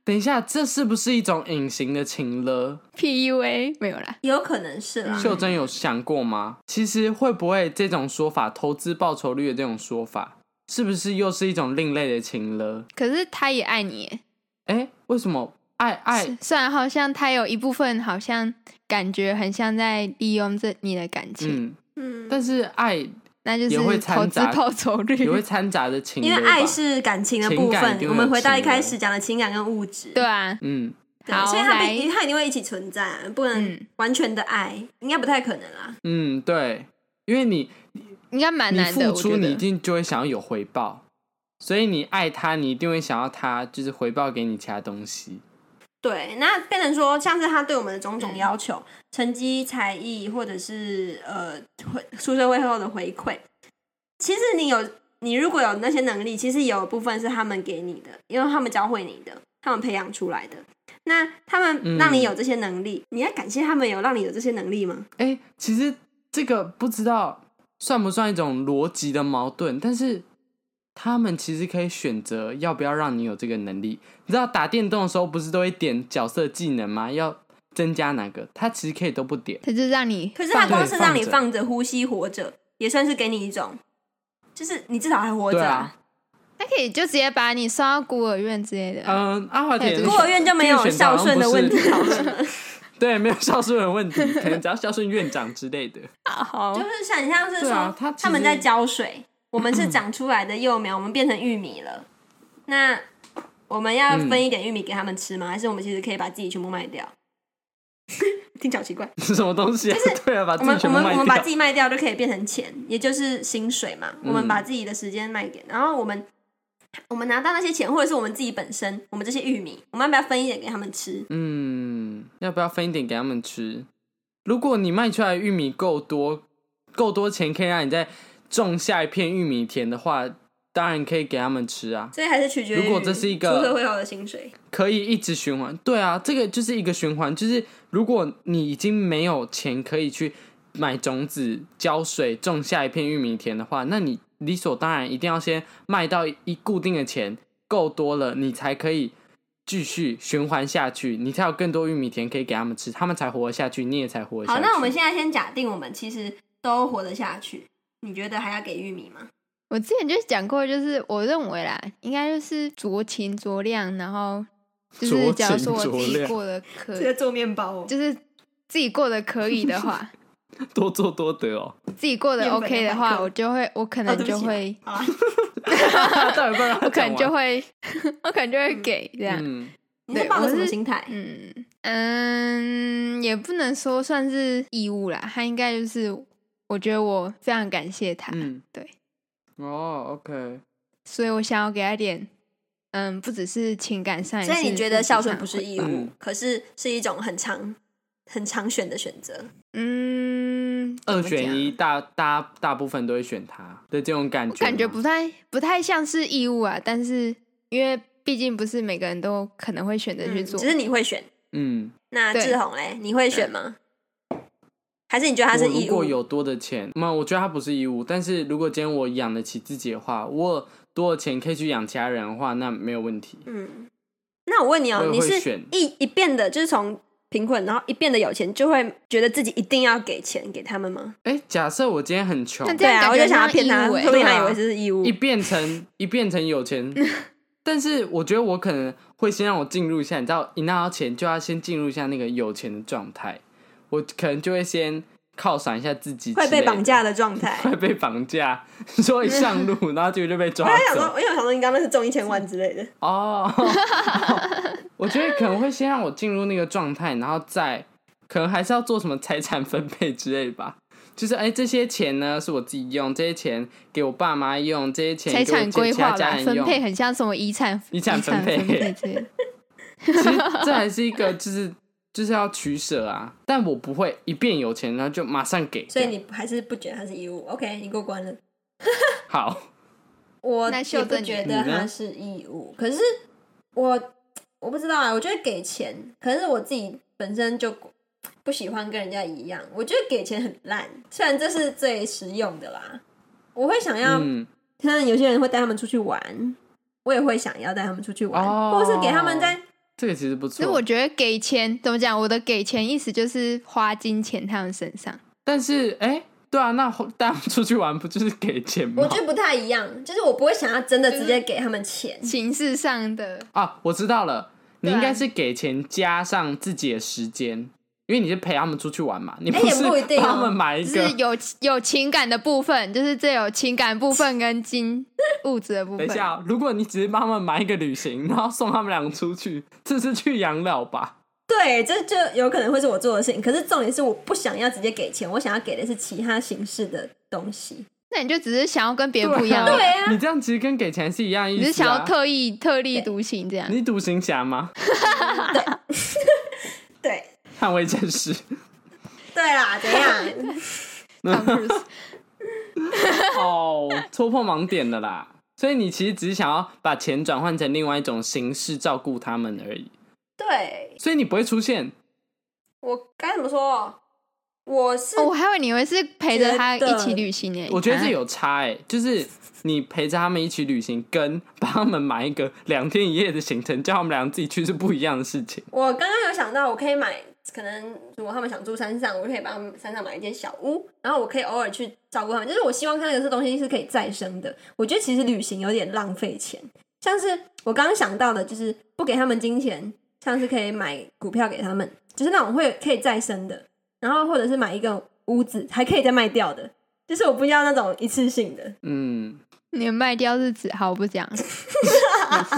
Speaker 2: 等一下，这是不是一种隐形的情勒？
Speaker 3: PUA 没有啦，
Speaker 1: 也有可能是啦。
Speaker 2: 秀珍有想过吗？其实会不会这种说法，投资报酬率的这种说法，是不是又是一种另类的情勒？
Speaker 3: 可是他也爱你耶，
Speaker 2: 哎，为什么爱爱
Speaker 3: 虽虽然好像他有一部分好像感觉很像在利用这你的感情，
Speaker 2: 嗯，
Speaker 1: 嗯，
Speaker 2: 但是爱
Speaker 3: 那就
Speaker 2: 也会
Speaker 3: 是投
Speaker 2: 掺
Speaker 3: 资
Speaker 2: 杂
Speaker 3: 报酬率，
Speaker 2: 也会掺杂着情勒
Speaker 1: 因
Speaker 2: 吧，
Speaker 1: 为爱是感情的部
Speaker 2: 情感一
Speaker 1: 分，
Speaker 2: 定会有
Speaker 1: 我们回到一
Speaker 2: 情感
Speaker 1: 开始讲的情感跟物质，
Speaker 3: 对啊，
Speaker 2: 嗯，
Speaker 1: 对
Speaker 3: 好
Speaker 1: 所以它
Speaker 3: 来
Speaker 1: 必它一定会一起存在啊，不能
Speaker 3: 嗯
Speaker 1: 完全的爱，应该不太可能啦。
Speaker 2: 嗯，对，因为你
Speaker 3: 应该蛮
Speaker 2: 你
Speaker 3: 难的，
Speaker 2: 付
Speaker 3: 我
Speaker 2: 出，
Speaker 3: 觉
Speaker 2: 你一
Speaker 3: 得。
Speaker 2: 定就会想要有回报，所以你爱他，你一定会想要他就是回报给你其他东西。
Speaker 1: 对，那变成说，像是他对我们的种种
Speaker 3: 嗯
Speaker 1: 要求，成绩、才艺，或者是呃回出社会后的回馈，其实你有，你如果有那些能力，其实有部分是他们给你的，因为他们教会你的，他们培养出来的。那他
Speaker 2: 嗯
Speaker 1: 们让你有这些能力，你要感谢他们有让你有这些能力吗？
Speaker 2: 哎、其实这个不知道算不算一种逻辑的矛盾，但是他们其实可以选择要不要让你有这个能力。你知道打电动的时候不是都会点角色技能吗？要增加哪个？他其实可以都不点。
Speaker 3: 他就让你
Speaker 1: 可是
Speaker 3: 放
Speaker 1: 他光
Speaker 2: 对
Speaker 1: 是让你
Speaker 2: 放着
Speaker 1: 放着呼吸活着，也算是给你一种，就是你至少还活
Speaker 2: 对
Speaker 1: 着、
Speaker 2: 啊，
Speaker 3: 他可以就直接把你送到孤儿院之类的啊。
Speaker 2: 嗯，阿华田
Speaker 3: 对
Speaker 1: 孤儿院就没有
Speaker 2: 这个选择
Speaker 1: 孝
Speaker 2: 好像
Speaker 1: 顺的
Speaker 2: 不是
Speaker 1: 问题 讨论了。
Speaker 2: 对，没有孝顺的问题，可能只要孝顺院长之类的。
Speaker 3: 好
Speaker 1: 就是想象是
Speaker 2: 对
Speaker 1: 说，
Speaker 2: 啊它其实
Speaker 1: 他们在浇 水，我们是长出来的幼苗，我们变成玉米了。那我们要
Speaker 2: 嗯
Speaker 1: 分一点玉米给他们吃吗？还是我们其实可以把自己全部卖掉？ 听起来好奇怪。
Speaker 2: 是什么东西、啊？对啊，把
Speaker 1: 我
Speaker 2: 自己
Speaker 1: 们我
Speaker 2: 全部
Speaker 1: 们
Speaker 2: 卖
Speaker 1: 我们把自
Speaker 2: 掉。
Speaker 1: 己卖掉就可以变成钱，也就是薪水嘛。
Speaker 2: 嗯
Speaker 1: 我们把自己的时间卖给，然后我们我们拿到那些钱，或者是我们自己本身，我们这些玉米，我们要不要分一点给他们吃？
Speaker 2: 嗯，要不要分一点给他们吃？如果你卖出来的玉米够多，够多钱可以让你再种下一片玉米田的话，当然可以给他们吃啊。
Speaker 1: 所以还是取决于
Speaker 2: 如果这是一个
Speaker 1: 出社会后的薪水。
Speaker 2: 可以一直循环。对啊，这个就是一个循环，就是如果你已经没有钱可以去买种子、浇水、种下一片玉米田的话，那你理所当然一定要先卖到一固定的钱够多了，你才可以继续循环下去，你才有更多玉米田可以给他们吃，他们才活得下去，你也才活得下
Speaker 1: 好，
Speaker 2: 去。
Speaker 1: 那我 们现在先假定我们其实都活得下去，你觉得还要给玉米吗？
Speaker 3: 我之前就讲过，就是我认为啦，应该就是酌情酌量，然后就
Speaker 2: 酌
Speaker 3: 是假如
Speaker 2: 情
Speaker 3: 说我自
Speaker 2: 酌
Speaker 3: 己
Speaker 2: 量
Speaker 3: 过得可
Speaker 1: 在做面包哦
Speaker 3: 就是自己过得可以的 话，
Speaker 2: 多做多得 哦，
Speaker 3: 自己过得
Speaker 1: 面粉
Speaker 3: OK 的
Speaker 1: 200
Speaker 3: 话，
Speaker 1: 克
Speaker 3: 我就会，我可能就会，
Speaker 1: 好啊 啦，
Speaker 2: 到底不然
Speaker 3: 我可能 就会， 我可能就会给这样。
Speaker 2: 嗯，
Speaker 1: 你是
Speaker 3: 对
Speaker 1: 抱着
Speaker 3: 我
Speaker 1: 什么
Speaker 3: 是
Speaker 1: 心态？
Speaker 3: 嗯嗯，也不能说算是义务啦，他应该就是，我觉得我非常感谢他，
Speaker 2: 嗯，
Speaker 3: 对。
Speaker 2: 哦，OK，
Speaker 3: 所以我想要给他点，嗯，不只是情感上，
Speaker 1: 所以你觉得孝顺不是
Speaker 3: 义？
Speaker 1: 义务
Speaker 2: 嗯，
Speaker 1: 可是是一种很常、很常选的选择。
Speaker 3: 嗯，
Speaker 2: 二
Speaker 3: 怎么
Speaker 2: 选
Speaker 3: 讲
Speaker 2: 一，，大大大部分都会选他的这种感觉吗，
Speaker 3: 感觉不太不太像是义务啊，但是因为毕竟不是每个人都可能会选择去
Speaker 1: 嗯
Speaker 3: 做，
Speaker 1: 只是你会选。
Speaker 2: 嗯，
Speaker 1: 那
Speaker 3: 对
Speaker 1: 志宏嘞，你会选吗？还是你觉得他是
Speaker 2: 我
Speaker 1: 义
Speaker 2: 如
Speaker 1: 务？
Speaker 2: 果有多的钱，那我觉得它不是义务。但是如果今天我养得起自己的话，我有多的钱可以去养其他人的话，那没有问题。
Speaker 1: 嗯，那我问你
Speaker 2: 我
Speaker 1: 哦，
Speaker 2: 也
Speaker 1: 你
Speaker 2: 会
Speaker 1: 是
Speaker 2: 选
Speaker 1: 一一变的，就是从贫困，然后一变的有钱，就会觉得自己一定要给钱给他们吗？
Speaker 2: 哎、假设我今天很穷
Speaker 3: 那，这
Speaker 1: 对
Speaker 3: 样
Speaker 1: 啊，
Speaker 3: 感
Speaker 1: 我
Speaker 3: 觉
Speaker 1: 就想要
Speaker 3: 像
Speaker 1: 骗他，
Speaker 3: 义务欸
Speaker 1: 说不定他
Speaker 2: 对
Speaker 1: 以
Speaker 2: 啊
Speaker 1: 为这是义务
Speaker 2: 一。变成一变成有钱，但是我觉得我可能会先让我进入一下，你知道，一拿到钱就要先进入一下那个有钱的状态，我可能就会先犒赏一下自己，
Speaker 1: 会被绑，架的状 态。
Speaker 2: 会被绑架， 所以上路，然后结果就被抓
Speaker 1: 他想
Speaker 2: 走
Speaker 1: 说，。我有想说你刚刚那是中一千万之类的，
Speaker 2: 哦，我觉得可能会先让我进入那个状态，然后再可能还是要做什么财产分配之类吧。就是哎、这些钱呢是我自己用，这些钱给我爸妈用，这些钱
Speaker 3: 财
Speaker 2: 给我
Speaker 3: 产
Speaker 2: 其
Speaker 3: 规
Speaker 2: 其他
Speaker 3: 划
Speaker 2: 家
Speaker 3: 吧，
Speaker 2: 人
Speaker 3: 分
Speaker 2: 用。
Speaker 3: 配很像什么遗产
Speaker 2: 遗产分
Speaker 3: 分
Speaker 2: 配
Speaker 3: 之类的。
Speaker 2: 其实这还是一个就是就是要取舍啊，但我不会一变有钱然后就马上给。
Speaker 1: 所以你还是不觉得他是义务？OK，你过关了。
Speaker 2: 好，
Speaker 1: 我
Speaker 3: 那
Speaker 1: 也
Speaker 3: 秀
Speaker 1: 不
Speaker 3: 珍
Speaker 1: 觉
Speaker 2: 你
Speaker 1: 得
Speaker 2: 呢
Speaker 1: 他是义务，可是我我不知道啊，我觉得给钱，可是我自己本身就不喜欢跟人家一样，我觉得给钱很烂，虽然这是最实用的啦。我会想要，
Speaker 2: 嗯，
Speaker 1: 像有些人会带他们出去玩，我也会想要带他们出去玩，
Speaker 2: 哦
Speaker 1: 或是给他们在
Speaker 2: 这个其实不
Speaker 3: 所
Speaker 2: 错。
Speaker 3: 以我觉得给钱怎么讲？我的给钱意思就是花金钱他们身上。
Speaker 2: 但是哎、对啊，那带他们出去玩不就是给钱吗
Speaker 1: 我？觉得不太一样，就是我不会想要真的直接给他们钱，
Speaker 3: 形式上的
Speaker 2: 啊，我知道了，你
Speaker 3: 对啊
Speaker 2: 应该是给钱加上自己的时间，因为你是陪他们出去玩嘛，你
Speaker 1: 哎也
Speaker 2: 是
Speaker 1: 不一定哦
Speaker 2: 帮他们买一
Speaker 3: 就
Speaker 2: 个。
Speaker 3: 是有有情感的部分，就是这有情感部分跟金物质的部
Speaker 2: 等
Speaker 3: 分
Speaker 2: 一。下，如果你只是帮他们买一个旅行，然后送他们两个出去， 这是去养老吧？
Speaker 1: 对，这就有可能会是我做的事情。可是重点是，我不想要直接给钱，我想要给的是其他形式的东西。
Speaker 3: 那你就只是想要跟别人
Speaker 2: 啊
Speaker 3: 不一样，
Speaker 1: 对啊
Speaker 2: 你这样其实跟给钱是一样的意思、啊。
Speaker 3: 你是想要特意特立独行这样。
Speaker 2: 你独行侠吗？
Speaker 1: 对，
Speaker 2: 捍卫战 士。
Speaker 1: 对啦，怎样？
Speaker 3: Tom Cruise
Speaker 2: 哦，戳破盲点了啦。所以你其实只是想要把钱转换成另外一种形式照顾他们而已，
Speaker 1: 对
Speaker 2: 所以你不会出现
Speaker 1: 我该怎么说？我是
Speaker 3: 哦，我还以为你会是陪着他一起旅行欸啊呢。
Speaker 2: 我觉得这有差哎、就是你陪着他们一起旅行，跟帮他们买一个两天一夜的行程，叫他们俩自己去是不一样的事情。
Speaker 1: 我刚刚有想到，我可以买，可能如果他们想住山上，我就可以帮他们山上买一间小屋，然后我可以偶尔去照顾他们。就是我希望看那个是东西是可以再生的。我觉得其实旅行有点浪费钱，像是我刚刚想到的，就是不给他们金钱，像是可以买股票给他们，就是那种会可以再生的，然后或者是买一个屋子还可以再卖掉的，就是我不要那种一次性的。
Speaker 2: 嗯，
Speaker 3: 你的卖掉是指好，我不讲。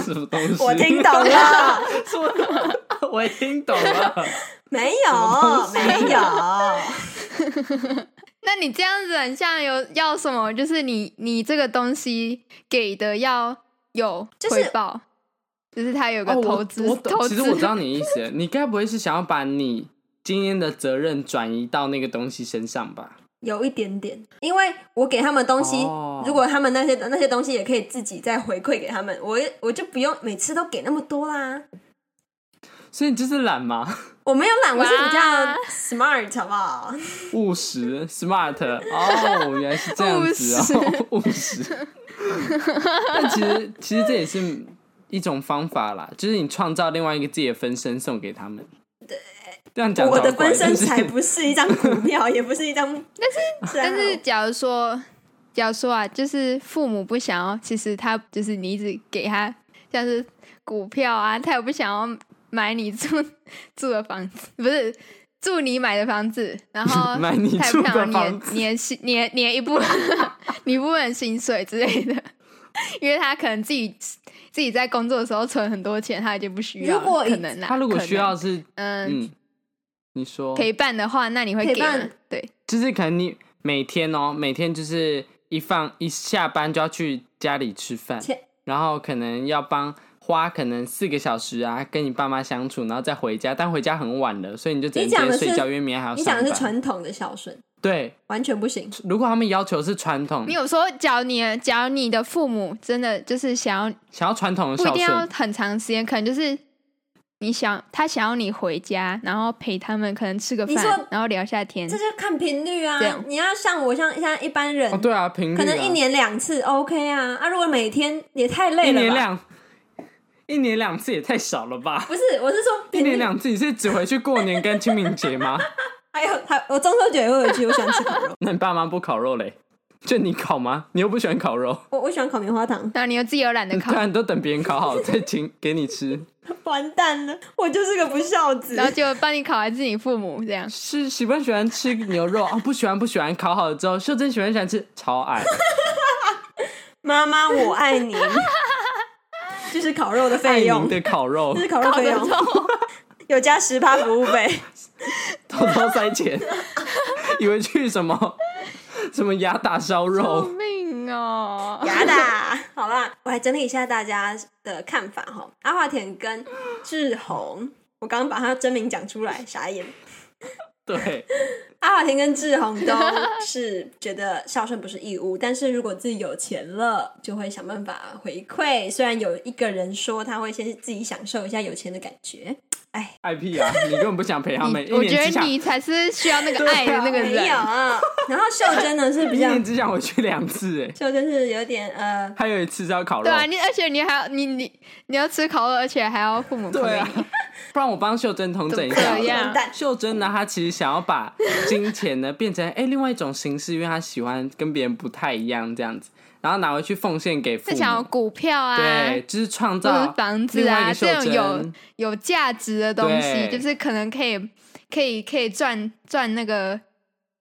Speaker 2: 什么东西？
Speaker 1: 我听懂 了，
Speaker 2: 说的， 我听懂了。
Speaker 1: 没有，没有，
Speaker 3: 那你这样子很像有要什么？就是你你这个东西给的要有
Speaker 1: 就是
Speaker 3: 回报，就是他有个
Speaker 2: 哦，我
Speaker 3: 投资、
Speaker 2: 我
Speaker 3: 投
Speaker 2: 懂。
Speaker 3: 资。
Speaker 2: 其实我知道你的意思，你该不会是想要把你今天的责任转移到那个东西身上吧？
Speaker 1: 有一点点，因为我给他们东西，
Speaker 2: 哦
Speaker 1: 如果他们那些那些东西也可以自己再回馈给他们，我也我就不用每次都给那么多啦。
Speaker 2: 所以你就是懒嘛，
Speaker 1: 我没有懒，我是比较
Speaker 3: 哇
Speaker 1: smart 好不好？
Speaker 2: 务实 smart 哦，原来是这样子哦， 务实。但其实其实这也是一种方法啦，就是你创造另外一个自己的分身送给他们。对，这样讲
Speaker 1: 我的
Speaker 2: 超怪
Speaker 1: 分身
Speaker 2: 但是
Speaker 1: 才不是一啊张股票，也不是一 张， 但是
Speaker 3: 但是假如说，假如说啊，就是父母不想要，其实他就是你一直给他像是股票啊，他也不想要买你住 住的房子，不是。住你买的房子，然后
Speaker 2: 买你
Speaker 3: 他也不
Speaker 2: 住的
Speaker 3: 想要你
Speaker 2: 房
Speaker 3: 的你的薪你的你的一部分 你一部分的薪水之类的， 因为他可能自己自己在工作的时候存很多钱，他已经不需要了。
Speaker 1: 如果以
Speaker 3: 可能啦，啊
Speaker 2: 他如果
Speaker 3: 可能
Speaker 2: 需要是
Speaker 3: 嗯
Speaker 2: 嗯，你说
Speaker 3: 陪伴的话，那你会
Speaker 1: 陪
Speaker 3: 给吗
Speaker 1: 伴？
Speaker 3: 对，
Speaker 2: 就是可能你每天哦，每天就是一放一下班就要去家里吃饭
Speaker 1: 切，
Speaker 2: 然后可能要帮花可能四个小时啊跟你爸妈相处，然后再回家，但回家很晚了，所以你就只能
Speaker 1: 你
Speaker 2: 直
Speaker 1: 讲的
Speaker 2: 接
Speaker 1: 是
Speaker 2: 睡觉，因为明天还要
Speaker 1: 你
Speaker 2: 上
Speaker 1: 讲
Speaker 2: 班。
Speaker 1: 的是传统的孝顺，
Speaker 2: 对，
Speaker 1: 完全不行。
Speaker 2: 如果他们要求是传统
Speaker 3: 你，有说，假如你的假如你的父母真的就是想要，
Speaker 2: 想要传统的
Speaker 3: 不一
Speaker 2: 孝
Speaker 3: 定要
Speaker 2: 顺，
Speaker 3: 很长时间，可能就是你想他想要你回家，然后陪他们，可能吃个
Speaker 1: 你说
Speaker 3: 饭，然后聊一下天
Speaker 1: 这。就看频率
Speaker 3: 这
Speaker 1: 啊
Speaker 3: 样！
Speaker 1: 你要像我像像一般人，
Speaker 2: 哦，对啊，频率、啊、
Speaker 1: 可能一年两次 OK 啊。啊，如果每天也太累了
Speaker 2: 一
Speaker 1: 吧
Speaker 2: 年两一年两次也太少了吧？
Speaker 1: 不是，我是说
Speaker 2: 一
Speaker 1: 频率
Speaker 2: 年两次，你是只回去过年跟清明节吗？
Speaker 1: 还有还我中秋节也会回去，我喜欢吃烤肉，
Speaker 2: 那你爸妈不烤肉嘞？就你烤吗？你又不喜欢烤肉。
Speaker 1: 我我喜欢烤棉花糖。
Speaker 3: 然后你又自己又懒得
Speaker 2: 对
Speaker 3: 考，
Speaker 2: 啊，你都等别人烤好再请 给你吃，
Speaker 1: 完蛋了，我就是个不孝子
Speaker 3: 然。后就帮你考还是你父 母这样。
Speaker 2: 是喜不喜欢吃牛肉 啊？不喜欢不喜欢，烤好了之后，秀珍喜欢喜欢吃，超 爱。
Speaker 1: 妈妈，我爱你。就是烤肉的费
Speaker 2: 爱
Speaker 1: 用
Speaker 2: 您，的烤肉
Speaker 1: 就是烤肉费用
Speaker 3: 烤得中
Speaker 1: 有加十趴服务费。
Speaker 2: 偷偷塞钱， 以为去什么 什么雅打烧
Speaker 3: 救
Speaker 2: 肉，
Speaker 3: 命哦！
Speaker 1: 牙的，好啦，我来整理一下大家的看法哈。阿华田跟志宏，我刚刚把他真名讲出来，傻眼。
Speaker 2: 对，
Speaker 1: 阿华田跟志宏 都是觉得孝顺不是义务，但是如果自己有钱了，就会想办法回馈。虽然有一个人说他会先自己享受一下有钱的感觉，哎，
Speaker 2: 爱屁啊！你根本不想陪他们，
Speaker 3: 你
Speaker 2: 一
Speaker 3: 我觉
Speaker 2: 年只
Speaker 3: 得
Speaker 2: 想
Speaker 3: 你才是 需要那
Speaker 2: 啊
Speaker 3: 个爱的啊那个
Speaker 1: 哎没有
Speaker 3: 人。
Speaker 1: 啊。然后秀珍呢是
Speaker 2: 一
Speaker 1: 比 较，
Speaker 2: 年只想回去两次，哎，
Speaker 1: 秀珍是有点呃，
Speaker 2: 还有一次是要烤肉
Speaker 3: 对，啊，你而且你还要你你你要吃烤肉，而且还要父母
Speaker 2: 对
Speaker 3: 陪
Speaker 2: 啊
Speaker 3: 你，
Speaker 2: 不然我帮秀珍统整一
Speaker 3: 怎
Speaker 2: 下
Speaker 3: 么
Speaker 2: 好
Speaker 3: 这
Speaker 2: 了。
Speaker 3: 样
Speaker 1: 笨蛋
Speaker 2: 秀珍呢，她其实想要把金钱呢变成哎、另外一种形式，因为她喜欢跟别人不太一样这样子，然后拿回去奉献给父
Speaker 3: 是想要
Speaker 2: 母。
Speaker 3: 股票啊，
Speaker 2: 对，就是创
Speaker 3: 或者
Speaker 2: 造
Speaker 3: 房子
Speaker 2: 另外一
Speaker 3: 啊
Speaker 2: 个秀
Speaker 3: 这种有
Speaker 2: 珍。
Speaker 3: 有价值的东西，
Speaker 2: 对
Speaker 3: 就是可能可以可以可以赚赚那个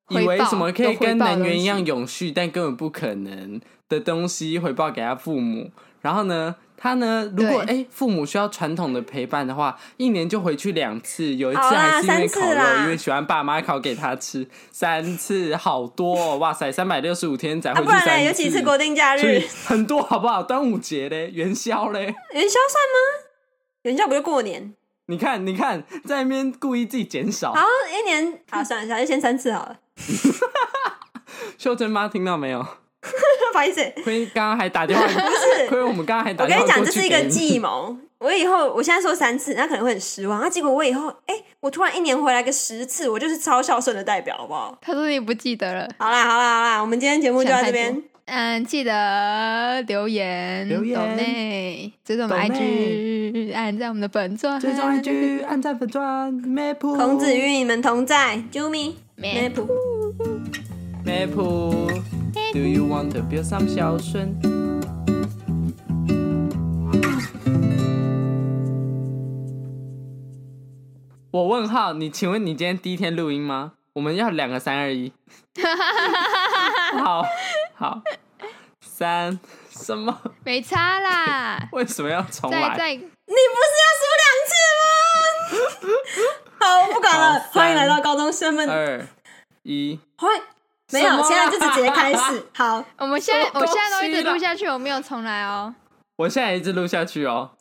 Speaker 2: 以
Speaker 3: 回
Speaker 2: 为
Speaker 3: 报，
Speaker 2: 什么可以
Speaker 3: 有回
Speaker 2: 跟
Speaker 3: 报的
Speaker 2: 能源一样
Speaker 3: 东西
Speaker 2: 永续，但根本不可能的东西回报给他父母。然后呢，他呢，如果哎、
Speaker 3: 对
Speaker 2: 诶父母需要传统的陪伴的话，一年就回去两次，有一次
Speaker 1: 好啦
Speaker 2: 还是因为烤
Speaker 1: 三次啦
Speaker 2: 肉，因为喜欢爸妈烤给他吃，三次好多、哦，哇塞，三百六十五天才
Speaker 1: 啊
Speaker 2: 回
Speaker 1: 不
Speaker 2: 去
Speaker 1: 然
Speaker 2: 三
Speaker 1: 呢
Speaker 2: 次，
Speaker 1: 有几次国定假
Speaker 2: 所以
Speaker 1: 日，
Speaker 2: 很多好不好？端午节嘞，元宵嘞，
Speaker 1: 元宵算吗？元宵不就过年？
Speaker 2: 你看你看，在那边故意自己减少
Speaker 1: 好。，一年好算了算了，就先三次好了，
Speaker 2: 秀珍妈听到没有？
Speaker 1: 不好意思。
Speaker 2: 亏刚刚还打 电话，不
Speaker 1: 是
Speaker 2: 亏我们刚刚还打
Speaker 1: 我跟
Speaker 2: 电话
Speaker 1: 你讲，
Speaker 2: 过
Speaker 1: 这
Speaker 2: 去
Speaker 1: 是一
Speaker 2: 给
Speaker 1: 个
Speaker 2: 你
Speaker 1: 计谋。我以后，我现在说三次，那可能会很失望。那结果我以后，哎、我突然一年回来个十次，我就是超孝顺的代表，好不好？
Speaker 3: 他说你不记得了，
Speaker 1: 好啦，好啦，好啦，我们今天节目就到这
Speaker 3: 想太
Speaker 1: 边。
Speaker 3: 嗯，记得留言、
Speaker 2: 留言
Speaker 3: 抖内、追踪我
Speaker 2: 抖
Speaker 3: 们
Speaker 2: 内
Speaker 3: IG、按在我们的本钻、
Speaker 2: 追踪 IG，按赞粉砖 Map，
Speaker 1: 孔子与你们同在，啾咪咩噗
Speaker 2: Map，Do you want to build some 小孙？我问号，你请问你今天第一天录音吗？我们要两个三二 一，好好三什么？。
Speaker 3: 没差啦
Speaker 2: 为什么要重
Speaker 3: 再
Speaker 2: 来？
Speaker 3: 再
Speaker 1: 你不是要数两次吗？ 好，我不管了。
Speaker 2: 好三
Speaker 1: 欢迎来到高中生们，
Speaker 2: 二一，
Speaker 1: 欢迎没有
Speaker 2: 什么，啦啊
Speaker 1: 现在就直接开始。好，
Speaker 3: 我们现在
Speaker 2: 什么
Speaker 3: 我现在都
Speaker 2: 东
Speaker 3: 一
Speaker 2: 西
Speaker 3: 直
Speaker 2: 啦
Speaker 3: 录下去，我没有重来哦。
Speaker 2: 我现在一直录下去哦。